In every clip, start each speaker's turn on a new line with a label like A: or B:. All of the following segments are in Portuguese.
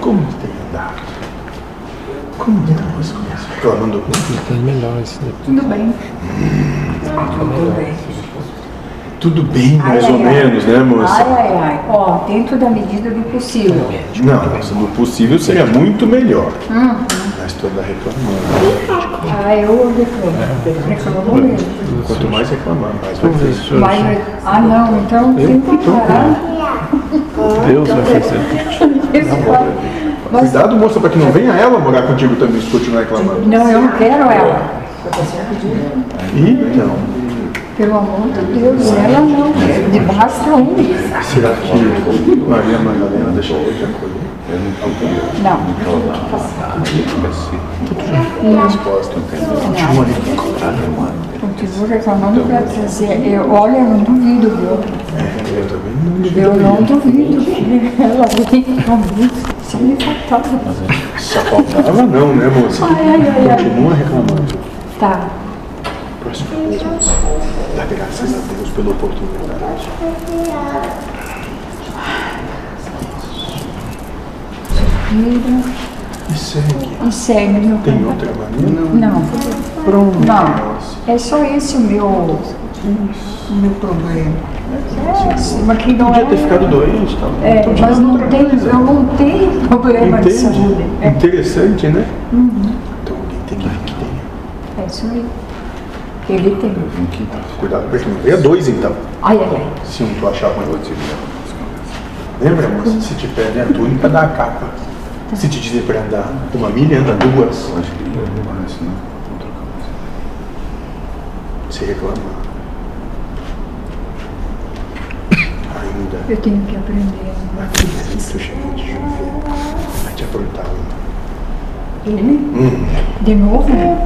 A: Como tem andado? Como estamos mesmo? Reclamando muito?
B: Estás melhor esse daqui.
C: Tudo bem.
B: melhor.
C: Tudo bem.
A: Tudo bem, mais
C: Ai,
A: ou
C: ai, ai.
A: menos, né,
C: Ai,
A: moça?
C: ai, ai. Ó, dentro da medida do possível.
A: Não, mas no possível seria muito melhor.
C: Uhum.
A: Mas tu anda reclamando.
C: Ah, eu reclamo. Reclamo mesmo.
A: Quanto mais reclamar, mais vai ser.
B: Professor,
C: Mas, ah, não, então tem que parar.
B: Deus vai fazer.
C: Isso vai- Mas,
A: Cuidado, moça, para que não venha ela morar contigo também se continuar reclamando.
C: não, eu não quero ela.
A: Então,
C: Pelo amor de Deus, ela não. De basta um.
A: será que Maria Madalena deixou de acolher?
C: Não. tá assim.
A: Continua
C: Tá,
A: reclamando.
C: Continuo reclamando para trazer. Eu, olha, eu não duvido, viu?
A: É, eu também não
C: Eu não duvido. Ela vem comigo. é Se me faltava.
A: Só faltava não, né, moça?
C: Ai, ai, ai, ai.
A: Continua reclamando.
C: Tá.
A: Próximo moça. Dá graças a Deus pela oportunidade.
C: Vira
A: E segue.
C: e um segue meu
A: Tem outra maneira?
C: Não.
A: Pronto. um
C: Não. É só esse o meu, o meu problema. É, assim, mas que não é.
A: Podia ter ficado doente, tá?
C: É,
A: Então,
C: mas não
A: outra
C: tem,
A: coisa.
C: eu não tenho problema de saúde.
A: Entende?
C: É, Uhum.
A: Interessante, né? Então alguém tem que ver que tem.
C: é isso aí. Que ele tem.
A: Cuidado pra que não venha dois, então.
C: Ai, ai, ai.
A: Se um tu achar ruim, eu te Lembra, moça? Se te pedem a túnica, dá a capa. Se te dizer pra andar uma milha, anda duas. né? Se reclama. Ainda.
C: Eu tenho que aprender.
A: Aqui dentro, cheio de chover. Vai te aprontar uma.
C: Ele?
A: Hum.
C: De novo?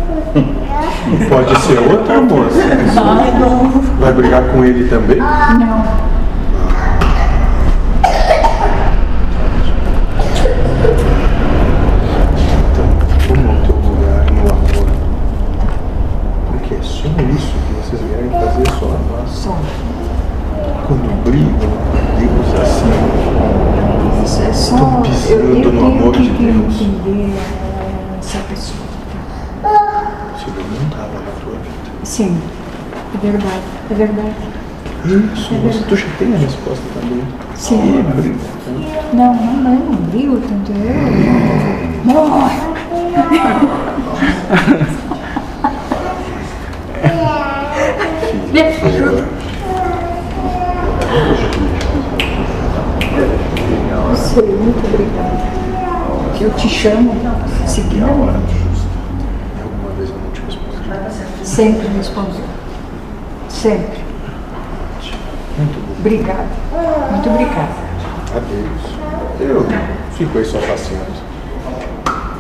A: Pode ser outra moça.
C: Ai, não.
A: Vai brigar com ele também?
C: Não.
A: Então, toma o teu lugar no um amor. Porque é só isso que vocês vierem fazer só a nós.
C: Só.
A: Quando brigam, Deus assim.
C: Isso é só.
A: Tô
C: Eu, eu
A: pisando no
C: tenho
A: amor
C: que
A: de Deus.
C: entender essa pessoa.
A: Se eu não estava na um tua vida.
C: Sim. É verdade. É verdade.
A: Isso, moça, tu já tem a resposta também. é
C: Sim. Não, não, não, eu não brigo tanto eu. Não, eu sei, é muito obrigada. Eu te chamo seguidamente.
A: Alguma vez eu não te respondi.
C: Sempre respondeu. Sempre. Obrigada. Muito obrigada.
A: Adeus. Eu fico aí só passeando.